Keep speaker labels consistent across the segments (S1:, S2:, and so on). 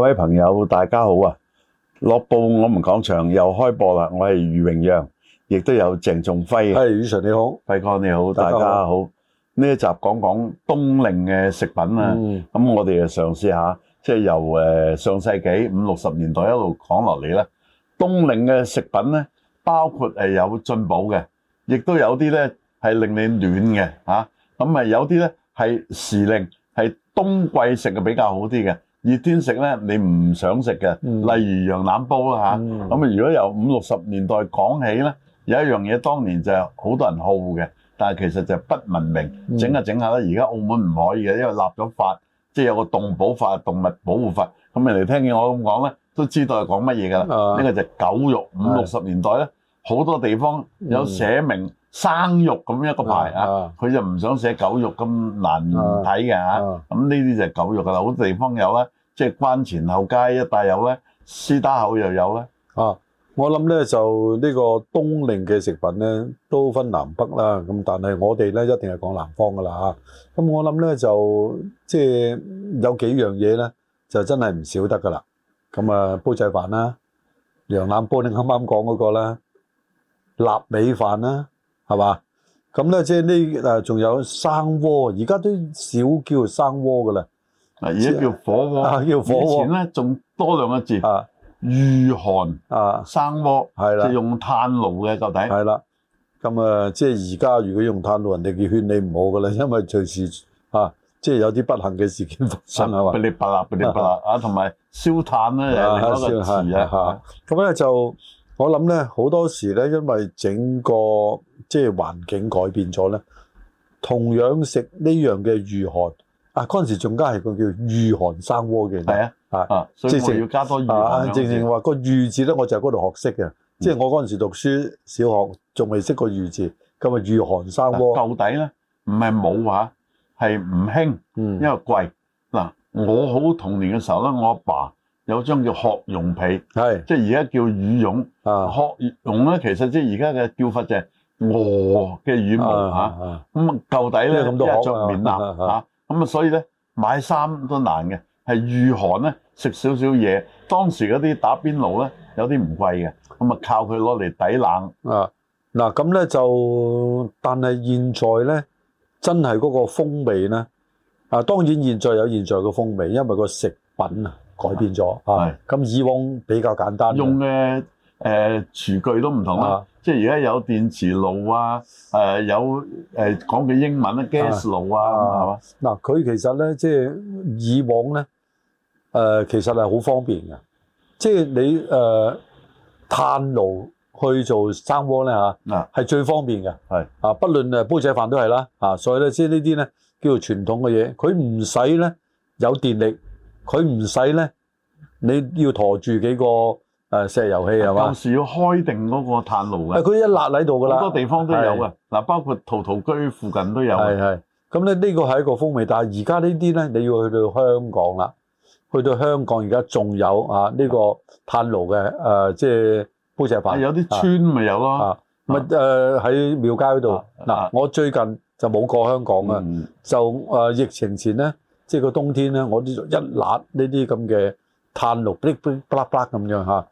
S1: 位朋友，大家好啊！樂報我們講場又開播啦，我係余榮讓，亦都有鄭仲輝嘅。
S2: 係，宇晨你好。
S1: 輝哥你好，大
S2: 大家好
S1: 家好。呢一集講講冬令嘅食品啊，
S2: 嗯，
S1: 咁、我哋就嘗試下，即係由誒上世紀五六十年代一路講落嚟啦。冬令嘅食品咧，包括誒有進補嘅，亦都有啲咧係令你暖嘅嚇。咁啊有啲咧係時令，係冬季食嘅比較好啲嘅。熱天食咧你唔想食嘅，
S2: 嗯
S1: 例如羊腩煲啦嚇。
S2: 嗯
S1: 咁啊，如果由五六十年代講起咧，有一樣嘢當年就係好多人好嘅，但係其實就不文明，
S2: 嗯
S1: 整下整下咧，而家澳門唔可以嘅，因為立咗法，即係有個動保法、動物保護法。咁人哋聽見我咁講咧，都知道係講乜嘢㗎啦。
S2: 啊
S1: 呢個就係狗肉，五六十年代咧，好多地方有寫明生肉咁一個牌啊，
S2: 啊，
S1: 佢就唔想寫狗肉咁難
S2: 啊
S1: 睇嘅嚇。
S2: 啊
S1: 咁呢啲就係狗肉㗎啦，好多地方有啦，即係關前後街一帶有咧，絲打口又有咧。
S2: 啊，我諗咧就呢個冬令嘅食品咧都分南北啦，咁但係我哋咧一定係講南方噶啦嚇。咁我諗咧就即係有幾樣嘢咧就真係唔少得噶啦。咁啊，煲仔飯啦，羊腩煲你啱啱講嗰個啦，臘味飯啦，係嘛？咁咧即係呢誒仲有生鍋，而家都少叫生鍋噶啦，
S1: 嗱，而家叫火鍋，
S2: 啊叫火
S1: 以前
S2: 鍋
S1: 咧仲多兩個字，
S2: 啊
S1: 御寒
S2: 啊
S1: 生鍋，
S2: 係啦啊
S1: 就。用炭爐嘅啊舊底。
S2: 係啦，咁啊，即係而家如果用炭爐，人哋叫勸你唔好噶啦， 因為隨時啊，即係有啲不幸嘅事件發生係
S1: 噼
S2: 嘛。啊
S1: 哩啪啦，噼哩啪啦啊！同埋燒炭咧，又係 另一個字
S2: 係
S1: 啊
S2: 係。咁咧就我諗咧，好多時咧，因為整個即係環境改變咗咧，同樣食呢樣嘅御寒啊，嗰陣時仲加係個叫御寒生鍋嘅。
S1: 係啊，啊，所以
S2: 正
S1: 我
S2: 正
S1: 要加多御
S2: 啊！
S1: 寒
S2: 正正
S1: 嘅
S2: 話個御字咧，我就係嗰度學識
S1: 嗯
S2: 嘅，即係我嗰陣時讀書小學仲未識個御字，咁啊御寒生鍋，
S1: 舊底咧，唔係冇嚇，係唔興，
S2: 嗯
S1: 因為貴。嗱，我好童年嘅時候咧，我阿爸有張叫鶴絨被，
S2: 係
S1: 即係而家叫羽絨。
S2: 啊，
S1: 鶴絨咧，其實即係而家嘅叫法就係鵝嘅羽毛嚇。
S2: 啊
S1: 咁啊，舊底咧
S2: 因為咁多
S1: 一係
S2: 行啊
S1: 着棉
S2: 啊
S1: 衲
S2: 啊
S1: 嚇，咁啊，所以咧買衫都難嘅，係御寒咧食少少嘢。當時嗰啲打邊爐咧有啲唔貴嘅，咁啊靠佢攞嚟抵冷。
S2: 啊嗱，咁咧就，但係現在咧，真係嗰個風味咧，啊當然現在有現在嘅風味，因為個食品啊改變咗啊
S1: 係，
S2: 咁以往比較簡單嘅
S1: 用嘅誒廚具都唔同啦
S2: 啊，
S1: 即係而家有電磁爐啊，誒有誒講嘅英文咧 gas 爐
S2: 啊
S1: 啊，
S2: 嗱，佢其實咧即係以往咧，誒、其實係好方便嘅，即係你誒、呃炭爐去做生鍋咧嚇。
S1: 係嘛？
S2: 係最方便嘅，
S1: 係
S2: 啊，不論誒煲仔飯都係啦，啊，所以咧即係呢啲咧叫做傳統嘅嘢，佢唔使咧有電力，佢唔使咧你要陀住幾個誒石油氣
S1: 嗱，
S2: 係
S1: 舊
S2: 嘛？
S1: 時要開定嗰個炭爐
S2: 啊，
S1: 嘅，
S2: 佢一辣喺度㗎啦，
S1: 好多地方都有
S2: 係
S1: 嘅。嗱，包括陶陶居附近都有啊嘅。
S2: 係係，咁咧呢個係一個風味，但係而家呢啲咧你要去到香港啦，去到香港而家仲有啊呢、個炭爐嘅誒，即係煲仔
S1: 啊，
S2: 飯。
S1: 有啲村咪有咯。
S2: 啊，咪誒喺廟街嗰度
S1: 啊啊
S2: 嗱，我最近就冇過香港啊。
S1: 嗯
S2: 就誒、呃疫情前咧，即係個冬天咧，我呢就一揦呢啲咁嘅炭爐，噼噼啪啦啪咁樣嚇。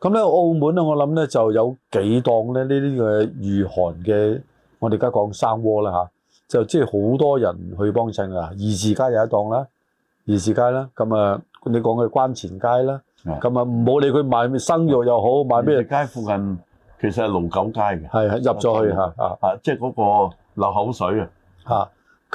S2: 咁咧澳門咧，我諗咧就有幾檔咧呢啲嘅御寒嘅，我哋而家講生鍋啦嚇，就即係好多人去幫襯㗎啊啦。二字街有一檔啦，二字街啦，咁啊你講嘅關前街啦，
S1: 啊
S2: 咁啊唔好理佢賣生肉又好，賣
S1: 咩
S2: 咩
S1: 街附近其實係盧九街嘅，
S2: 係係入咗去嚇啊！
S1: 啊，即係嗰個流口水啊，
S2: 嚇，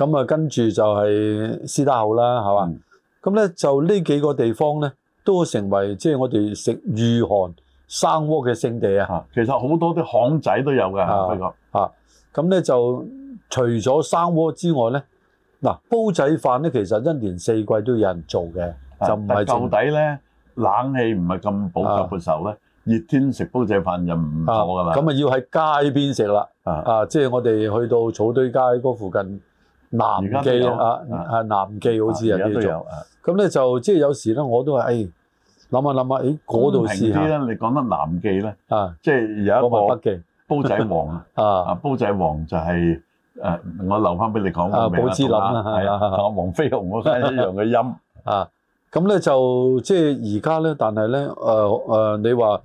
S2: 咁啊跟住就係斯打口啦，係嘛
S1: 嗯？
S2: 咁咧、就呢幾個地方咧，都成為即係我哋食御寒生鍋嘅聖地啊！
S1: 啊其實好多啲巷仔都有嘅，
S2: 啊
S1: 輝哥。
S2: 咁咧就除咗生鍋之外咧，嗱煲仔飯咧其實一年四季都有人做嘅，
S1: 啊
S2: 就唔
S1: 但
S2: 係
S1: 舊
S2: 淨
S1: 底咧，冷氣唔係咁普及嘅時候咧，熱天食煲仔飯就唔
S2: 啊，
S1: 妥㗎啦。
S2: 咁啊要喺街邊食啦，
S1: 啊，
S2: 啊即係我哋去到草堆街嗰附近南
S1: 而家都
S2: 記
S1: 有
S2: 啊
S1: 啊
S2: 啊南記好似
S1: 而家
S2: 人
S1: 都
S2: 哋做，
S1: 有啊。
S2: 咁咧就即係有時咧我都係誒諗下諗下，誒嗰度
S1: 公
S2: 試
S1: 平啲
S2: 下
S1: 咧，你講得南記咧，
S2: 啊！
S1: 即係有一
S2: 我
S1: 個
S2: 咪北記
S1: 煲仔王 啊，
S2: 啊
S1: 啊煲仔王就係誒，我留翻俾你講個
S2: 啊
S1: 名
S2: 寶芝林啊
S1: 係啊，
S2: 啊啊
S1: 同阿黃飛鴻嗰間一樣嘅音。
S2: 啊！咁咧就即係而家咧，但係咧誒誒，你話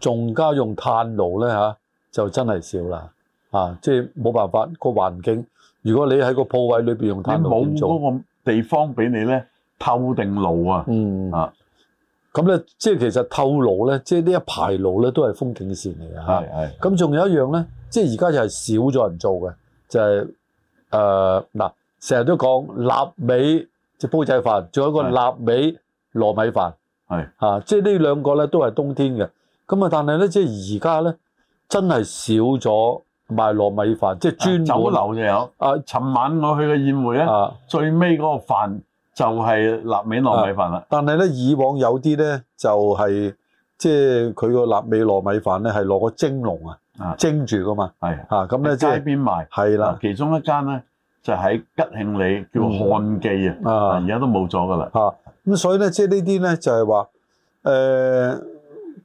S2: 仲加用炭爐咧嚇，就真係少啦啊！即係冇辦法個環境。如果你喺個鋪位裏邊用
S1: 你
S2: 炭爐點
S1: 冇
S2: 做？
S1: 嗰個地方俾你咧透定路啊，
S2: 嗯
S1: 啊。
S2: 咁咧，即係其實透爐咧，即係呢一排爐咧，都係風景線嚟嘅嚇。
S1: 係係
S2: 咁仲有一樣咧，即係而家就係少咗人做嘅，就係誒嗱，成、日都講臘味即係煲仔飯，仲有一個
S1: 係
S2: 臘味糯米飯，
S1: 係
S2: 啊，即係呢兩個咧都係冬天嘅。咁啊，但係咧，即係而家咧真係少咗賣糯米飯，即係專門
S1: 啊酒樓就有。
S2: 啊
S1: 尋晚我去嘅宴會咧，
S2: 啊！
S1: 最尾嗰個飯就係臘味糯米飯啦。
S2: 但係咧，以往有啲咧就係、即係佢個臘味糯米飯咧係攞個蒸籠啊
S1: 啊，
S2: 蒸住噶嘛，
S1: 係啊
S2: 啊咁咧即
S1: 街
S2: 係
S1: 邊賣
S2: 係啦嗯
S1: 嗱，。其中一間咧就喺吉慶里叫漢記啊，
S2: 啊
S1: 啊而家都冇咗噶啦。
S2: 啊，咁所以咧，即係呢啲咧就係話，誒、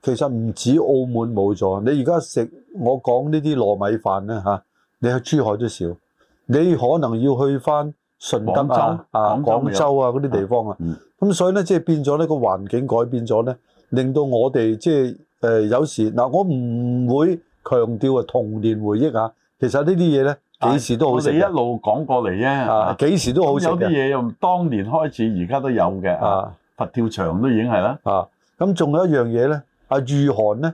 S2: 其實唔止澳門冇咗，你而家食我講呢啲糯米飯咧嚇、你喺珠海都少，你可能要去翻順德啊、啊
S1: 廣州
S2: 廣
S1: 廣州
S2: 州啊嗰啲地方啊，咁
S1: 嗯、
S2: 所以咧即係變咗呢個環境改變咗咧，令到我哋即係誒有時嗱、我唔會強調啊童年回憶啊，其實呢啲嘢咧幾時都好
S1: 我
S2: 食
S1: 哋一
S2: 嘅，
S1: 路講過嚟啫。
S2: 啊
S1: 啊
S2: 幾時都好
S1: 咁
S2: 食
S1: 有啲
S2: 嘅，
S1: 嘢又當年開始，而家都有嘅。啊，
S2: 啊
S1: 佛跳牆都已經係啦。
S2: 啊，咁仲有一樣嘢咧，啊御寒咧，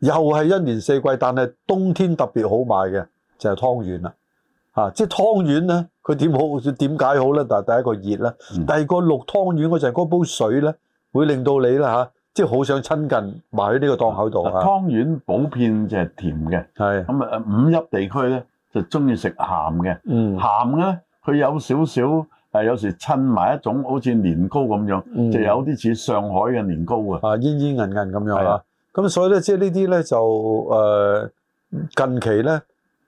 S2: 又係一年四季，但係冬天特別好賣嘅就係、湯圓啦。啊，即係湯圓咧，佢點好點解好咧？但係第一個熱啦，
S1: 嗯
S2: 第二個淥湯圓嗰陣嗰煲水咧，會令到你啦嚇、即係好想親近埋喺呢個檔口度
S1: 嗱
S2: 啊。
S1: 湯圓普遍就係甜嘅，
S2: 係，
S1: 咁啊五邑地區咧就中意食鹹嘅。
S2: 嗯，
S1: 鹹嘅咧，佢有少少誒，有時襯埋一種好似年糕咁樣，
S2: 嗯
S1: 就有啲似上海嘅年糕嘅。
S2: 啊煙煙韌韌咁樣
S1: 係
S2: 啊
S1: 啊。
S2: 咁所以咧，即係呢啲咧就誒、呃近期咧，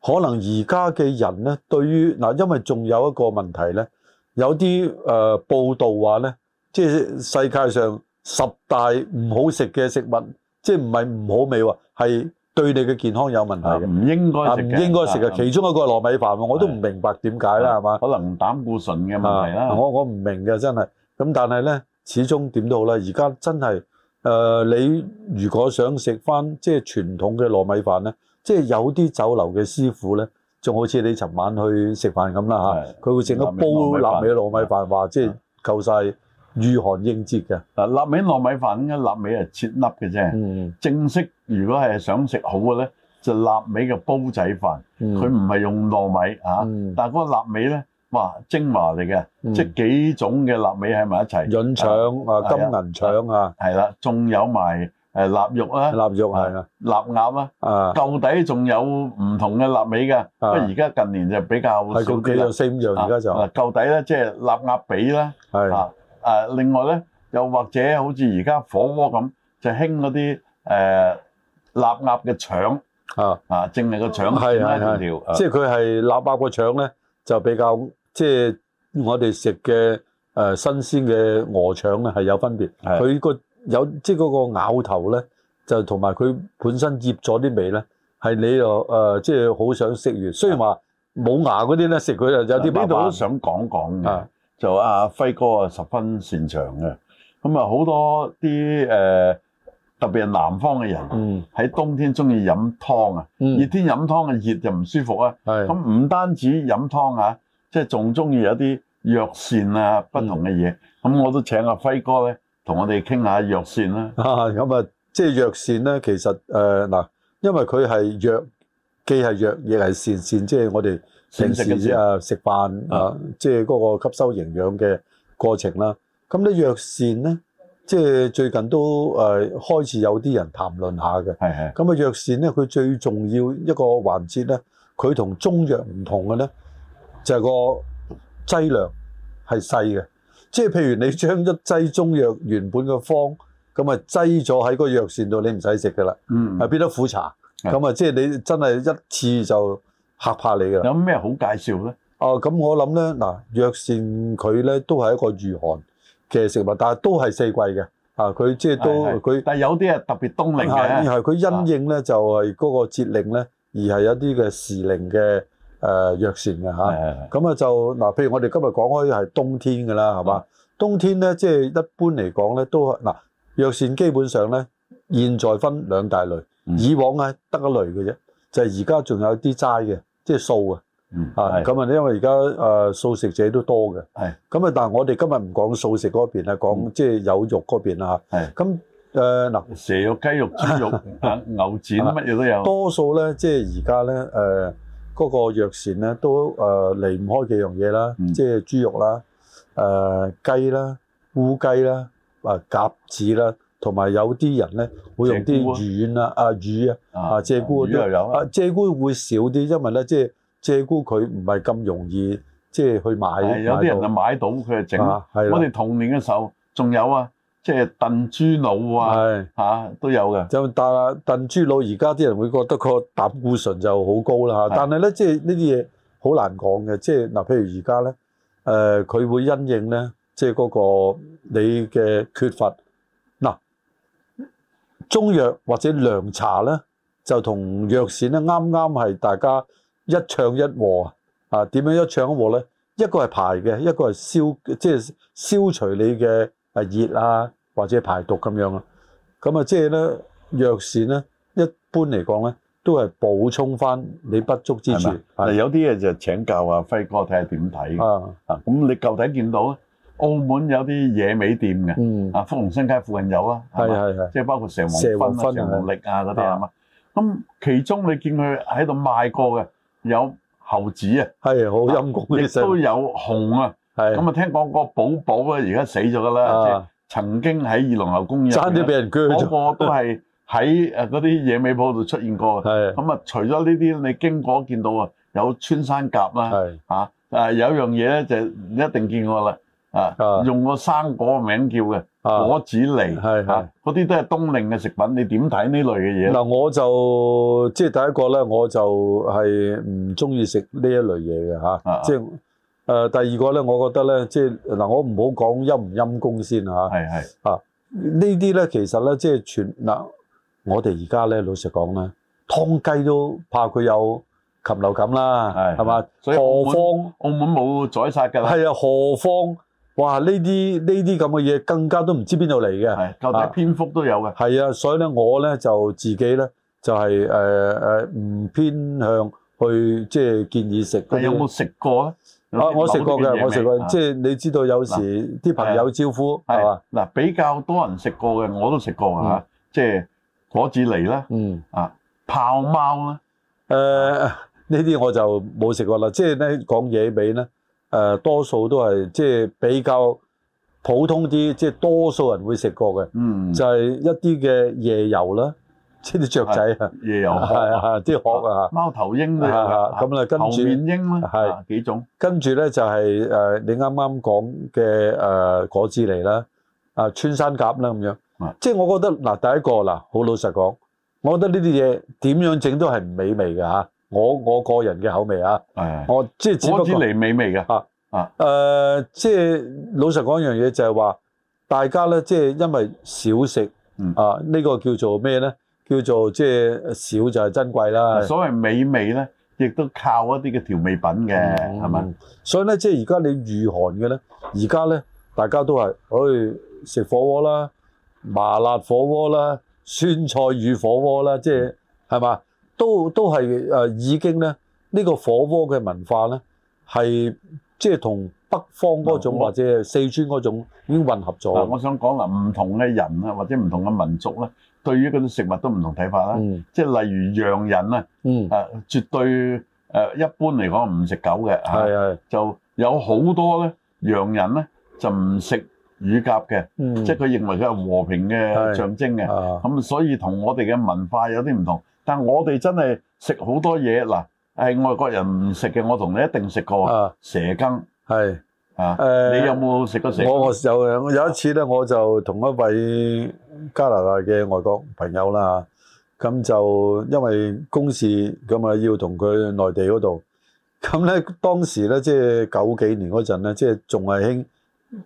S2: 可能而家嘅人咧，對於嗱，因為仲有一個問題咧，有啲誒、呃、報道話咧，即係世界上十大唔好食嘅食物，即係唔係唔好味喎，係對你嘅健康有問題
S1: 啊
S2: 嘅，
S1: 唔應該
S2: 啊
S1: 食
S2: 唔
S1: 嘅，
S2: 應該食
S1: 啊
S2: 嘅。其中一個係糯米飯喎，我都唔明白點解啦，係嘛？
S1: 可能膽固醇嘅問題
S2: 啊
S1: 啦。
S2: 我我唔明嘅真係，咁但係咧，始終點都好啦。而家真係誒、呃你如果想食翻即係傳統嘅糯米飯咧，即係有啲酒樓嘅師傅咧，仲好似你尋晚去食飯咁啦
S1: 係
S2: 嚇，佢會整一煲臘
S1: 臘
S2: 味
S1: 味
S2: 糯米飯，話即
S1: 啊
S2: 係夠晒御寒應節嘅。
S1: 嗱，臘味糯米飯應該臘味係切粒嘅啫。
S2: 嗯，
S1: 正式如果係想食好嘅咧，就臘味嘅煲仔飯，嗯佢
S2: 佢
S1: 唔係用糯米啊，
S2: 嗯
S1: 但係嗰個臘味咧，哇，精華嚟嘅，
S2: 嗯
S1: 即係幾種嘅臘味喺埋一齊。
S2: 潤腸
S1: 啊
S2: 啊、金銀腸啊、
S1: 係啦，仲有埋誒臘肉啦、
S2: 臘肉係啊
S1: 臘鴨啦。
S2: 啊，
S1: 舊底仲有唔同嘅臘味嘅，不過而家近年就比較
S2: 啊係
S1: 少
S2: 咁幾
S1: 啲
S2: 有
S1: 啦。
S2: 四五樣，而家就
S1: 啊舊底咧，即係臘鴨髀啦，
S2: 係
S1: 啊啊另外咧，又或者好似而家火鍋咁，就興嗰啲誒臘鴨嘅腸
S2: 啊。
S1: 啊，淨係個腸
S2: 係
S1: 片啦
S2: 係
S1: 條
S2: 係
S1: 條，啊
S2: 即係佢係臘鴨個腸咧，就比較即係我哋食嘅誒新鮮嘅鵝腸咧係有分別。
S1: 係
S2: 佢個有即係嗰個咬頭咧，就同埋佢本身醃咗啲味咧，係你又誒、呃即係好想食完。雖然話冇牙嗰啲咧，食佢就有啲
S1: 呢
S2: 麻
S1: 度嗯都
S2: 麻。
S1: 想講講嘅
S2: 啊，
S1: 就阿輝哥啊十分擅長嘅，咁啊好多啲誒特別係南方嘅人
S2: 嗯
S1: 喺冬天中意飲湯啊，熱
S2: 嗯，
S1: 天飲湯嘅熱就唔舒服啊。咁
S2: 係
S1: 唔單止飲湯啊，即係仲中意有啲藥膳啊，不同嘅嘢。咁、
S2: 嗯
S1: 我都請阿輝哥咧，同我哋傾下藥膳啦。
S2: 啊咁啊，即係藥膳咧，其實誒呃嗱、因為佢係藥，既係藥亦係膳膳，即係我哋。平
S1: 膳
S2: 時
S1: 食嘅膳
S2: 啊食飯啊，即係嗰個吸收營養嘅過程啦。咁咧藥膳咧，即係最近都誒、呃、開始有啲人談論下嘅。
S1: 係係
S2: 咁啊藥膳咧，佢最重要一個環節咧，佢同中藥唔同嘅咧，就係、個劑量係細嘅。即係譬如你將一劑中藥原本嘅方，咁啊擠咗喺個藥膳度，你唔使食噶啦，
S1: 嗯
S2: 係，變咗苦茶。
S1: 係
S2: 咁啊，即係你真係一次就嚇怕你㗎啦。
S1: 有咩好介紹咧？
S2: 哦，咁我諗咧，嗱，藥膳佢咧都係一個御寒嘅食物，但係都係四季嘅。啊，佢即係都
S1: 係係
S2: 佢
S1: 但係有啲係特別冬令
S2: 啊
S1: 嘅，
S2: 係佢因應咧就係嗰個節令咧，而係有啲嘅時令嘅誒藥膳嘅嚇。啊
S1: 係係嗯
S2: 咁啊就嗱，譬如我哋今日講開係冬天㗎啦，係嘛？冬天咧，即係一般嚟講咧，都係嗱藥膳基本上咧，現在分兩大類，
S1: 嗯
S2: 以往係得一類嘅啫，就係而家仲有啲齋嘅，即係素啊。
S1: 嗯，
S2: 啊，
S1: 係
S2: 咁啊，因為而家誒素食者都多嘅，
S1: 係
S2: 咁啊，但係我哋今日唔講素食嗰邊啊，
S1: 嗯
S2: 講即係有肉嗰邊啦嚇
S1: 係
S2: 咁誒嗱，
S1: 蛇肉、雞肉、豬 肉、啊牛展
S2: 啊
S1: 乜嘢都有。
S2: 多數咧，即係而家咧，誒嗰個藥膳咧都誒離唔開幾樣嘢啦，
S1: 嗯
S2: 即係豬肉啦、誒雞啦、烏雞啦、啊鴿子啦，同埋有啲人咧會用
S1: 鷓鴣啊
S2: 啲丸啊、啊魚啊、啊鷓鴣
S1: 魚又有
S2: 啊
S1: 啊，
S2: 鷓鴣會少啲，因為咧即係鷓鴣佢唔係咁容易即係去買，
S1: 係有啲人就
S2: 買
S1: 買到佢就整
S2: 到。啊，係
S1: 我
S2: 啦，
S1: 哋童年嘅時候仲有啊，即係燉豬腦啊
S2: 係。
S1: 嚇、都有嘅。
S2: 就但燉豬腦，而家啲人會覺得個膽固醇就好高啦
S1: 係
S2: 嚇。但係咧，即係呢啲嘢好難講嘅。即係嗱，譬如而家咧，誒、佢會因應咧，即係嗰個你嘅缺乏嗱、中藥或者涼茶咧，就同藥膳咧啱啱係大家一唱一和啊啊！點樣一唱一和咧？一個係排嘅，一個係消，即係消除你嘅啊熱啊，或者排毒咁樣啊。咁啊，即係咧藥膳咧，一般嚟講咧，都係補充翻你不足之處
S1: 係。嗱，
S2: 係
S1: 有啲嘢就請教阿輝哥睇下點睇嘅
S2: 啊，
S1: 啊。咁你舊底見到啊，澳門有啲野味店嘅，
S2: 嗯，
S1: 啊，福隆新街附近有啊，
S2: 係
S1: 係嘛
S2: 係係，
S1: 即係包括蛇
S2: 蛇
S1: 王
S2: 王
S1: 芬啊、
S2: 芬
S1: 蛇
S2: 啊
S1: 王力啊嗰啲係嘛。咁其中你見佢喺度賣過嘅有猴子啊，
S2: 係好陰公
S1: 亦
S2: 嘅
S1: 都
S2: 聲，
S1: 有熊啊。
S2: 係
S1: 咁啊，聽講個寶寶咧而家死咗㗎啦，即係
S2: 啊，
S1: 曾經喺二龍喉公園入邊啊
S2: 爭啲俾人鋸咗，
S1: 嗰個都係喺誒嗰啲野味鋪度出現過嘅。
S2: 係
S1: 咁啊，除咗呢啲，你經過見到啊，有穿山甲啦，
S2: 係
S1: 嚇誒有一樣嘢咧就一定見過啦，啊
S2: 啊
S1: 用個生果嘅名叫嘅
S2: 啊，
S1: 果子狸，
S2: 係係
S1: 嚇。嗰啲都係冬令嘅食品，你點睇呢類啊嘅嘢咧？
S2: 嗱，我就即係第一個咧，我就係唔中意食呢一類嘢嘅
S1: 啊
S2: 嚇，即係誒、呃第二個咧，我覺得咧，即係嗱，我唔好講陰唔陰公先嚇，
S1: 係係
S2: 呢啲咧其實咧即係全嗱，我哋而家咧老實講咧，湯雞都怕佢有禽流感啦，
S1: 係
S2: 係嘛？
S1: 所以
S2: 何
S1: 澳門
S2: 況
S1: 澳門冇宰殺㗎啦，
S2: 係啊，何況哇呢啲呢啲咁嘅嘢更加都唔知邊度嚟嘅，
S1: 係舊底
S2: 啊
S1: 蝙蝠都有嘅，
S2: 係啊，所以咧我咧就自己咧就係誒誒唔偏向去即係建議食嗰
S1: 但有
S2: 啲
S1: 冇食過咧？有
S2: 啊，
S1: 啲
S2: 我食過
S1: 某啲嘅
S2: 嘅，
S1: 野
S2: 我食
S1: 味
S2: 過，
S1: 啊
S2: 即係你知道有時啲朋友招呼係
S1: 係
S2: 嘛，
S1: 嗱比較多人食過嘅，我都食過㗎嚇，即係果子狸啦，
S2: 嗯
S1: 啊豹貓啦，
S2: 誒呢啲我就冇食過啦，即係咧講野味咧誒多數都係即係比較普通啲，即係多數人會食過嘅，
S1: 嗯，
S2: 就係一啲嘅夜遊啦， 即係啲雀仔啊，
S1: 夜遊殼
S2: 係
S1: 啊
S2: 啊啲殼啊。
S1: 貓頭鷹都有
S2: 啊
S1: 㗎
S2: 咁啦，跟
S1: 後
S2: 住
S1: 面鷹啦，
S2: 係
S1: 啊幾種
S2: 跟住咧就係、呃你啱啱講嘅誒果子狸啦，啊、穿山甲啦咁樣
S1: 啊，
S2: 即係我覺得嗱、第一個嗱，好老實講，我覺得呢啲嘢點樣整都係唔美味嘅嚇，我我個人嘅口味啊，
S1: 誒，
S2: 我即係只不
S1: 果
S2: 過
S1: 子
S2: 誒、
S1: 狸美味嘅，
S2: 呃即係老實講一樣嘢就係話，大家咧即係因為少食
S1: 嗯
S2: 啊，呢、個叫做咩咧？叫做即係少就係珍貴啦。
S1: 所謂美味咧，亦都靠一啲嘅調味品嘅，
S2: 嗯
S1: 係咪？？
S2: 所以咧，即係而家你御寒嘅咧，而家咧大家都係，去食火鍋啦、麻辣火鍋啦、酸菜魚火鍋啦，即係係嘛，都都係誒、呃已經咧呢、呢個火鍋嘅文化咧係即係同北方嗰種
S1: 嗯嗱我
S2: 或者四川嗰種已經混合
S1: 嗱，
S2: 咗。
S1: 我想講嗱，唔同嘅人啊，或者唔同嘅民族咧，對於嗰啲食物都唔同睇法啦。
S2: 嗯
S1: 即係例如洋人啊，
S2: 嗯，
S1: 誒絕對誒一般嚟講唔食狗嘅，
S2: 係
S1: 啊
S2: 係，
S1: 就有好多咧洋人咧就唔食乳鴿嘅，
S2: 嗯，
S1: 即係佢認為佢係和平嘅
S2: 係
S1: 象徵嘅。
S2: 啊，
S1: 咁所以同我哋嘅文化有啲唔同，但我哋真係食好多嘢嗱，係外國人唔食嘅，我同你一定食過
S2: 啊
S1: 蛇羹
S2: 係。
S1: 啊！
S2: 誒
S1: 你有冇食過蛇羹？
S2: 呃我我有我有一次咧，我就同一位加拿大嘅外國朋友啦，咁就因為公事咁啊，要同佢內地嗰度，咁咧當時咧即係九幾年嗰陣咧，即係仲係興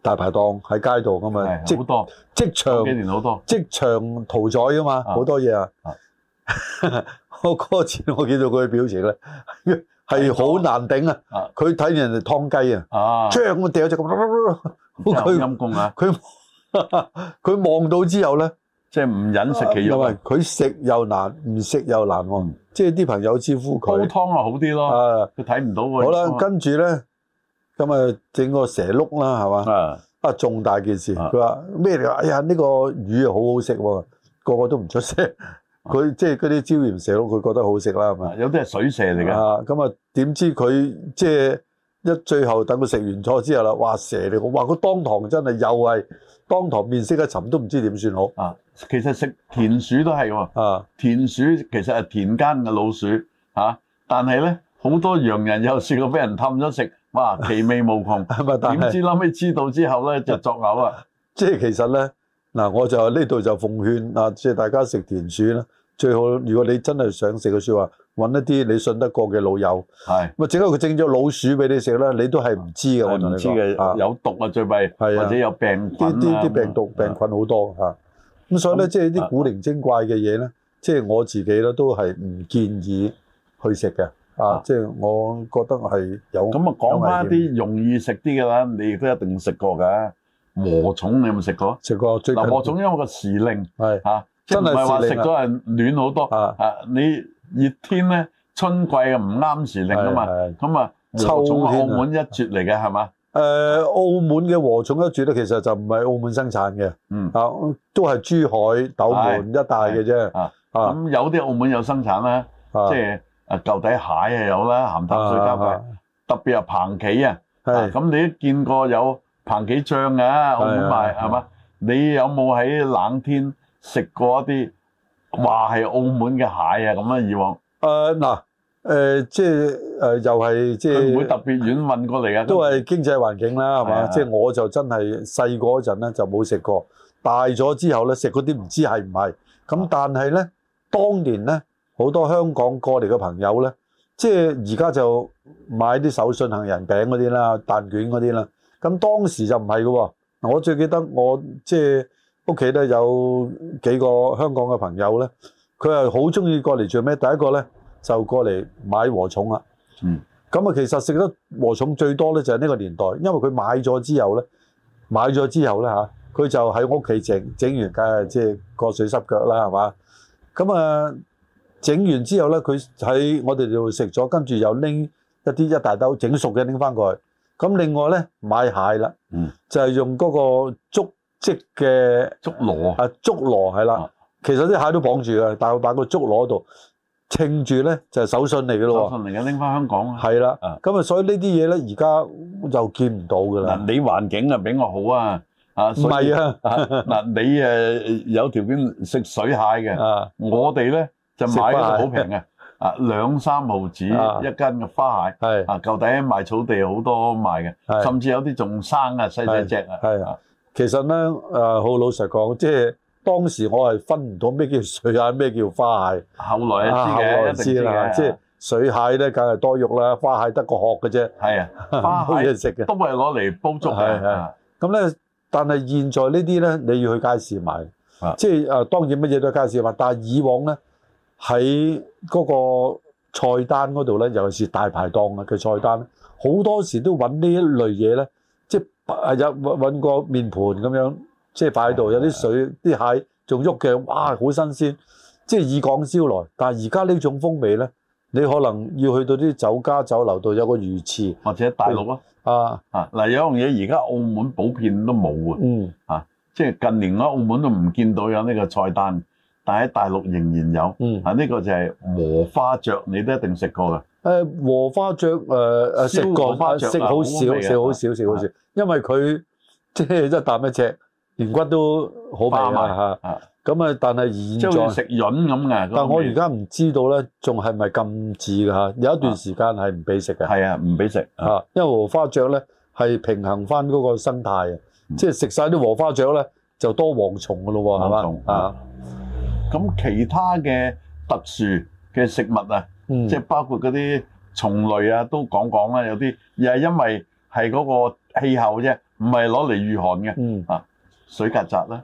S2: 大排檔喺街度噶嘛，
S1: 係
S2: 即呃
S1: 好多，
S2: 即場
S1: 幾年好多
S2: 即場屠宰噶嘛，
S1: 啊
S2: 好多嘢啊
S1: 啊！
S2: 我嗰次我見到佢嘅表情咧，係好難頂啊
S1: 啊！
S2: 佢睇見人哋劏雞啊！
S1: 啊！
S2: 槍咁掉只咁，
S1: 真係好
S2: 佢
S1: 陰公啊！
S2: 佢 佢望到之後咧，
S1: 即係唔忍食其肉
S2: 唔
S1: 啊
S2: 係，佢食又難，唔食又難喎、即係啲朋友招呼
S1: 煲
S2: 佢
S1: 湯啊好啲咯，
S2: 啊。
S1: 佢睇唔到喎。
S2: 好啦，跟住咧，咁啊整個蛇碌啦，係嘛？
S1: 啊
S2: 啊，重大件事，
S1: 啊
S2: 佢話咩嚟㗎？哎呀，呢、個魚啊好好食喎，個個都唔出聲。
S1: 啊
S2: 佢即係嗰啲椒鹽蛇碌，佢覺得好食啦，係咪？
S1: 有啲係水蛇嚟嘅，
S2: 啊，咁啊點知佢即係一最後等佢食完菜之後啦，哇蛇嚟㗎！哇佢當堂真係又係當堂面色一沉，都唔知點算好
S1: 啊其實食田鼠都係喎，
S2: 啊！。
S1: 田鼠其實係田間嘅老鼠嚇，但係咧好多洋人有試過俾人氹咗食，哇其味無窮
S2: 係咪？但
S1: 點
S2: 係
S1: 知後尾知道之後咧就作嘔 啊！
S2: 即係其實咧嗱，我就呢度就奉勸啊，即係大家食田鼠啦，最好如果你真係想食嘅説話，揾一啲你信得過嘅老友，
S1: 係
S2: 咪整個佢整咗老鼠俾你食啦，你都係唔知嘅。我
S1: 我
S2: 同
S1: 唔
S2: 你
S1: 知
S2: 講啊
S1: 嘅，有毒啊最弊，
S2: 啊
S1: 或者有病菌啊
S2: 啲啲啲病毒
S1: 咁
S2: 病
S1: 啊
S2: 菌好多嚇。咁所以咧，
S1: 咁
S2: 即係
S1: 啊
S2: 啲古靈精怪嘅嘢咧，即係我自己咧都係唔建議去食嘅。啊
S1: 啊，
S2: 即係我覺得係有
S1: 咁啊，講翻
S2: 有危險
S1: 啲容易食啲嘅啦，你亦都一定食過㗎。禾蟲你有冇食過？
S2: 食過最近
S1: 嗱，禾蟲因為個時令
S2: 係
S1: 嚇，即係
S2: 真
S1: 唔
S2: 係
S1: 係話
S2: 時
S1: 食
S2: 令啊
S1: 咗係暖好多
S2: 啊
S1: 啊？你熱天咧，春季啊唔啱時令啊嘛，
S2: 係係
S1: 咁啊，禾
S2: 秋
S1: 蟲係澳
S2: 天啊
S1: 門一絕嚟嘅係嘛？
S2: 誒呃澳門嘅禾蟲一絕咧，其實就唔係澳門生產嘅，
S1: 嗯，
S2: 啊都係珠海、斗門一帶嘅啫。
S1: 啊
S2: 啊
S1: 咁有啲澳門有生產啦，
S2: 啊啊
S1: 即係啊舊底蟹又有啦，鹹淡水交界，特別係彭杞啊。啊
S2: 係
S1: 咁你都見過有彭杞醬嘅澳門賣
S2: 係
S1: 係嘛？你有冇喺冷天食過一啲話係澳門嘅蟹啊？咁啊，以往
S2: 誒嗱誒，即係誒又係即
S1: 佢唔會
S2: 係
S1: 特。別遠運過嚟嘅，
S2: 都係經濟環境啦，係
S1: 係
S2: 嘛？
S1: 啊
S2: 即係我就真係細個嗰陣咧就冇食過，大咗之後咧食嗰啲唔知係唔係。咁但係咧，當年咧好多香港過嚟嘅朋友咧，即係而家就買啲手信杏仁餅嗰啲啦、蛋卷嗰啲啦。咁當時就唔係嘅喎。我最記得我即係屋企咧有幾個香港嘅朋友咧，佢係好中意過嚟做咩？第一個咧就過嚟買禾蟲啦。咁啊，其實食得禾蟲最多咧就係呢個年代，因為佢買咗之後咧，買咗之後咧嚇，佢就喺屋企整，整完梗係即係個水濕腳啦，係嘛？咁啊，整完之後咧，佢喺我哋度食咗，跟住又拎一啲一大兜整熟嘅拎翻過去。咁另外咧買蟹啦，
S1: 嗯
S2: 就係用嗰個竹積嘅
S1: 捉螺
S2: 啊竹籮係
S1: 啊
S2: 啦，其實啲蟹都綁住嘅，但係佢擺個竹籮度稱住咧就係手信嚟嘅
S1: 手
S2: 咯喎。
S1: 信嚟嘅拎翻香港啊！
S2: 係啦
S1: 啊，
S2: 咁啊，所以呢啲嘢咧，而家又見唔到㗎
S1: 嗱，
S2: 啦。
S1: 你環境啊比我好啊，啊，
S2: 唔
S1: 所以
S2: 係啊，
S1: 嗱，你誒有條件食水蟹嘅，
S2: 啊
S1: 我哋咧就買嗰
S2: 食花
S1: 個
S2: 蟹
S1: 好平嘅，啊兩三毫子一斤
S2: 啊
S1: 嘅花蟹。
S2: 係
S1: 啊，舊底賣草地好多賣嘅，
S2: 係
S1: 甚至有啲仲生啊，細細只啊。
S2: 係啊，其實咧，誒好老實講，即係當時我係分唔到咩叫水蟹，咩叫花蟹。
S1: 後來
S2: 啊
S1: 啊
S2: 後
S1: 知
S2: 來
S1: 嘅，一定
S2: 知
S1: 知
S2: 啦，
S1: 嘅。
S2: 即係水蟹咧，梗係多肉啦，花蟹得個殼嘅啫，
S1: 係啊，花
S2: 冇
S1: 蟹
S2: 嘢食嘅。
S1: 都係攞嚟煲粥
S2: 係
S1: 嘅。
S2: 係
S1: 啊
S2: 咁咧，但係現在呢啲咧，你要去街市買，
S1: 啊
S2: 即係誒、呃、當然乜嘢都喺街市買，但係以往咧喺嗰個菜單嗰度咧，尤其是大排檔啊嘅菜單呢，好多時都揾呢一類嘢咧，即係啊有揾揾個面盤咁樣，即係擺喺度，有啲水啲蟹仲喐嘅，哇好新鮮，即係以港招來。但係而家呢種風味咧，你可能要去到啲酒家酒樓度有個魚翅
S1: 或者大陸咯。
S2: 啊，
S1: 啊，嗱有樣嘢而家澳門普遍都冇啊，
S2: 嗯
S1: 即係近年啊喺澳門都唔見到有呢個菜單，但係喺大陸仍然有。
S2: 嗯。
S1: 啊，呢個就係禾花雀，你都一定食過嘅。
S2: 誒禾呃花雀誒誒食
S1: 燒禾
S2: 過，
S1: 花
S2: 啊
S1: 雀啊
S2: 食
S1: 好
S2: 好
S1: 味
S2: 少，
S1: 啊
S2: 食好少，食好少，因為佢 即係一啖一隻，連骨都好味
S1: 花埋
S2: 啊
S1: 啊
S2: 嚇。咁啊，但
S1: 即
S2: 係
S1: 係好
S2: 現
S1: 似
S2: 在，
S1: 食潤咁嘅。
S2: 但我而
S1: 家
S2: 家唔知道咧，仲係咪禁止㗎嚇？有一段時間係唔俾食嘅
S1: 係啊，唔俾食啊。
S2: 嚇，因為禾花雀咧係平衡翻嗰個生態啊，
S1: 嗯
S2: 即係食晒啲禾花雀咧就多蝗蟲㗎咯喎，
S1: 蝗蟲
S2: 係嘛啊？
S1: 咁其他嘅特殊嘅食物啊。
S2: 嗯
S1: 即係包括嗰啲蟲類啊，都講講啦。有啲又係因為係嗰個氣候啫，唔係攞嚟御寒嘅。
S2: 嗯
S1: 水曱甴啦，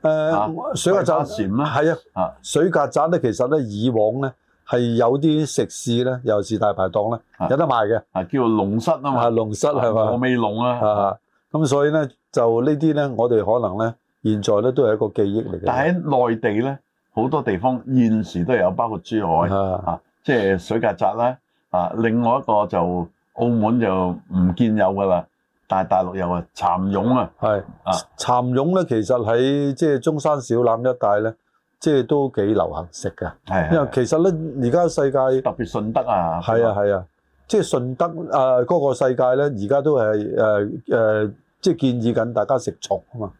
S1: 啊
S2: 誒水曱甴。
S1: 蟬啦，
S2: 係
S1: 啊
S2: 啊，水曱甴咧，其實咧以往咧係有啲食肆咧，尤其是大排檔咧
S1: 啊
S2: 有得賣嘅，
S1: 啊叫做龍蝨啊
S2: 啊
S1: 嘛，
S2: 龍蝨係
S1: 我
S2: 嘛，
S1: 未龍啊，
S2: 啊咁所以咧就呢啲咧，我哋可能咧現在咧都係一個記憶嚟嘅。
S1: 但喺內地咧，好多地方現時都有，包括珠海
S2: 啊
S1: 啊，即係水曱甴啦啊，另外一個就澳門就唔見有噶啦，但係大陸有啊，蠶蛹啊，
S2: 係
S1: 啊
S2: 蠶蛹咧，其實喺即係中山小欖一帶咧，即係都幾流行食嘅。
S1: 係
S2: 因為
S1: 係
S2: 其實咧，而家世界
S1: 特別順德啊，
S2: 係啊係啊，即係順德啊嗰、個世界咧，而家都係誒誒，即係建議緊大家食蟲啊嘛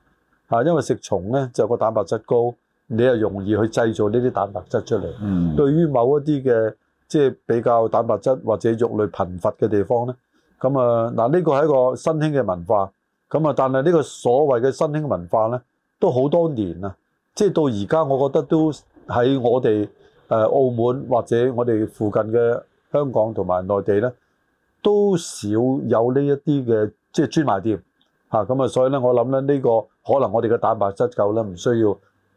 S2: 嚇，因為食蟲咧就個蛋白質高，你又容易去製造呢啲蛋白質出嚟。
S1: 嗯，
S2: 對於某一啲嘅即係比較蛋白質或者肉類貧乏嘅地方咧，咁啊嗱呢個係一個新興嘅文化，咁啊但係呢個所謂嘅新興文化咧，都好多年啦，即係到而家我覺得都喺我哋誒、呃澳門或者我哋附近嘅香港同埋內地咧，都少有呢一啲嘅即係專賣店嚇，咁啊所以咧我諗咧呢個可能我哋嘅蛋白質夠啦，唔需要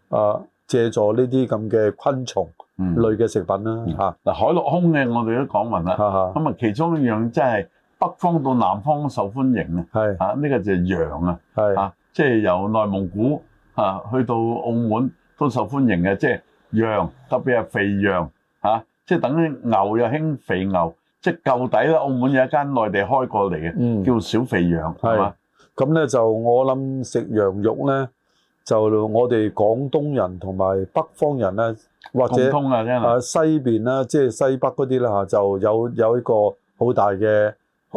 S2: 啊、呃借助呢啲咁嘅昆蟲。
S1: 嗯
S2: 類嘅食品啦
S1: 嗯
S2: 嚇
S1: 嗱海陸空嘅我哋都講埋啦，
S2: 嚇嚇，
S1: 咁啊其中一樣即係北方到南方受歡迎啊，
S2: 係
S1: 啊呢個就係羊啊。
S2: 係
S1: 啊，即係由內蒙古啊去到澳門都受歡迎嘅，即係羊，特別係肥羊啊，即係等於牛又興肥牛，即係舊底啦。澳門有一間內地開過嚟嘅，
S2: 嗯，
S1: 叫小肥羊，係嘛？
S2: 咁咧就我諗食羊肉咧，就我哋廣東人同埋北方人咧，或
S1: 共
S2: 者
S1: 通啊，真係
S2: 啊西邊啦，即係西北嗰啲啦嚇，就有有一個好大嘅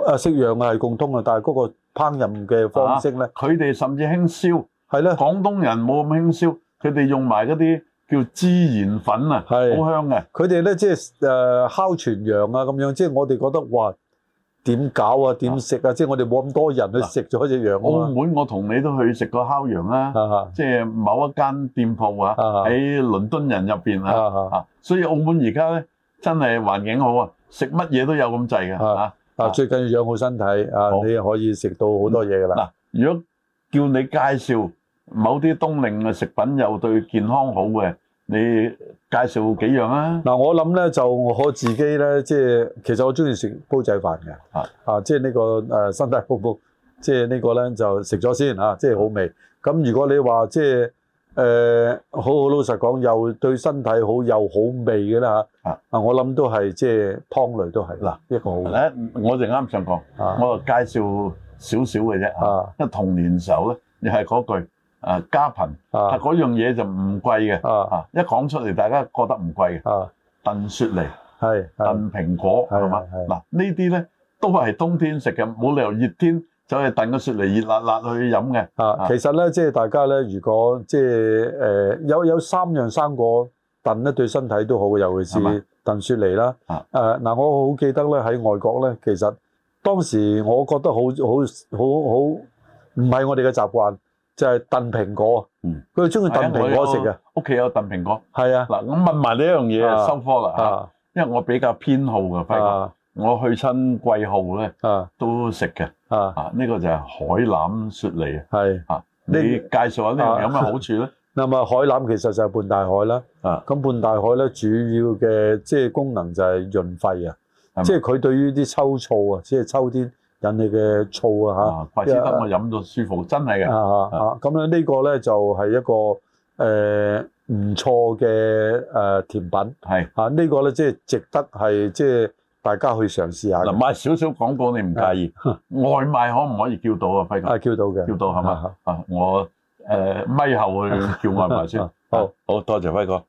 S2: 啊食羊係共通嘅，但係嗰個烹飪嘅方式咧，
S1: 佢哋甚至興燒，
S2: 係咧
S1: 廣東人冇咁興燒，佢哋用埋嗰啲叫孜然粉啊，
S2: 係
S1: 好香嘅。
S2: 佢哋咧即係誒烤全羊啊咁樣，即係我哋覺得哇點搞啊點食啊，即係我哋冇咁多人去食咗只羊
S1: 澳
S2: 啊嘛
S1: 門我同你都去食過烤羊啦，
S2: 啊啊
S1: 即係某一間店鋪啊，
S2: 啊
S1: 喺倫敦人入邊啊。
S2: 啊啊！
S1: 啊，所以澳門而家咧真係環境好啊，食乜嘢都有咁滯嘅
S2: 啊
S1: 啊。
S2: 啊，最緊要養好身體啊
S1: 好！
S2: 你可以食到好多嘢㗎啦。
S1: 嗱，如果叫你介紹某啲冬令嘅食品又對健康好嘅，你介紹幾樣啊？
S2: 嗱，我諗咧就我自己咧，即係其實我中意食煲仔飯嘅
S1: 啊，
S2: 啊，即係呢個誒新大煲煲，即係呢個咧就食咗先啊，即係好味。咁如果你話即係誒好好老實講，又對身體好又好味嘅啦嚇
S1: 啊，
S2: 啊，我諗都係即係湯類都係
S1: 嗱
S2: 嗱一個好嘅
S1: 咧，我就啱上講，
S2: 啊
S1: 我就介紹少少嘅啫啊。
S2: 啊
S1: 因為童年時候咧，又係嗰句啊家貧，但
S2: 啊
S1: 嗰樣嘢就唔貴嘅
S2: 啊
S1: 啊。一講出嚟，大家覺得唔貴嘅，
S2: 啊，
S1: 燉雪梨、
S2: 係
S1: 燉
S2: 係
S1: 蘋果
S2: 係
S1: 係嘛？
S2: 係係
S1: 嗱呢啲咧都係冬天食嘅，冇理由熱天走去燉個雪梨熱辣辣去飲嘅。
S2: 啊，其實咧，即係大家咧，如果即係誒有有三樣生果燉咧，對身體都好嘅，尤其
S1: 係嘛
S2: 是燉雪梨啦。誒
S1: 啊
S2: 嗱、我好記得咧喺外國咧，其實當時我覺得好好好好唔係我哋嘅習慣，就係、燉蘋果。
S1: 嗯，
S2: 佢哋中意
S1: 係啊
S2: 燉蘋果食嘅，，
S1: 我屋企有燉蘋果。
S2: 係啊，
S1: 嗱，咁問埋呢一樣嘢
S2: 啊
S1: 就收科啦，
S2: 啊
S1: 因為我比較偏好嘅，輝哥，
S2: 啊
S1: 我去親貴號咧
S2: 啊
S1: 都食嘅。
S2: 啊，
S1: 啊，呢個就係海腩雪梨啊！
S2: 係、
S1: 啊，你
S2: 呢
S1: 介紹下呢樣
S2: 啊
S1: 有咩好處 咧？
S2: 嗱咁啊，海南其實就係半大海啦。
S1: 啊
S2: 咁半大海咧，主要嘅即係功能就係潤肺啊，
S1: 係
S2: 即係佢對於啲秋燥啊，即係秋天引起嘅燥啊
S1: 啊，怪之得我飲到舒服，真係
S2: 嚇
S1: 嘅。
S2: 啊啊啊！咁咧呢個咧就係一個誒唔錯嘅誒甜品
S1: 係
S2: 啊！呢個咧即係值得係即係大家去嘗試下
S1: 嗱，
S2: 嘅
S1: 賣少少廣告你唔介 意？外賣可唔可以叫到啊，輝哥？
S2: 啊，叫到嘅
S1: 叫到係嘛
S2: 啊？。
S1: 呃啊，我誒咪後去叫外賣先
S2: 好
S1: 啊，好多謝輝哥。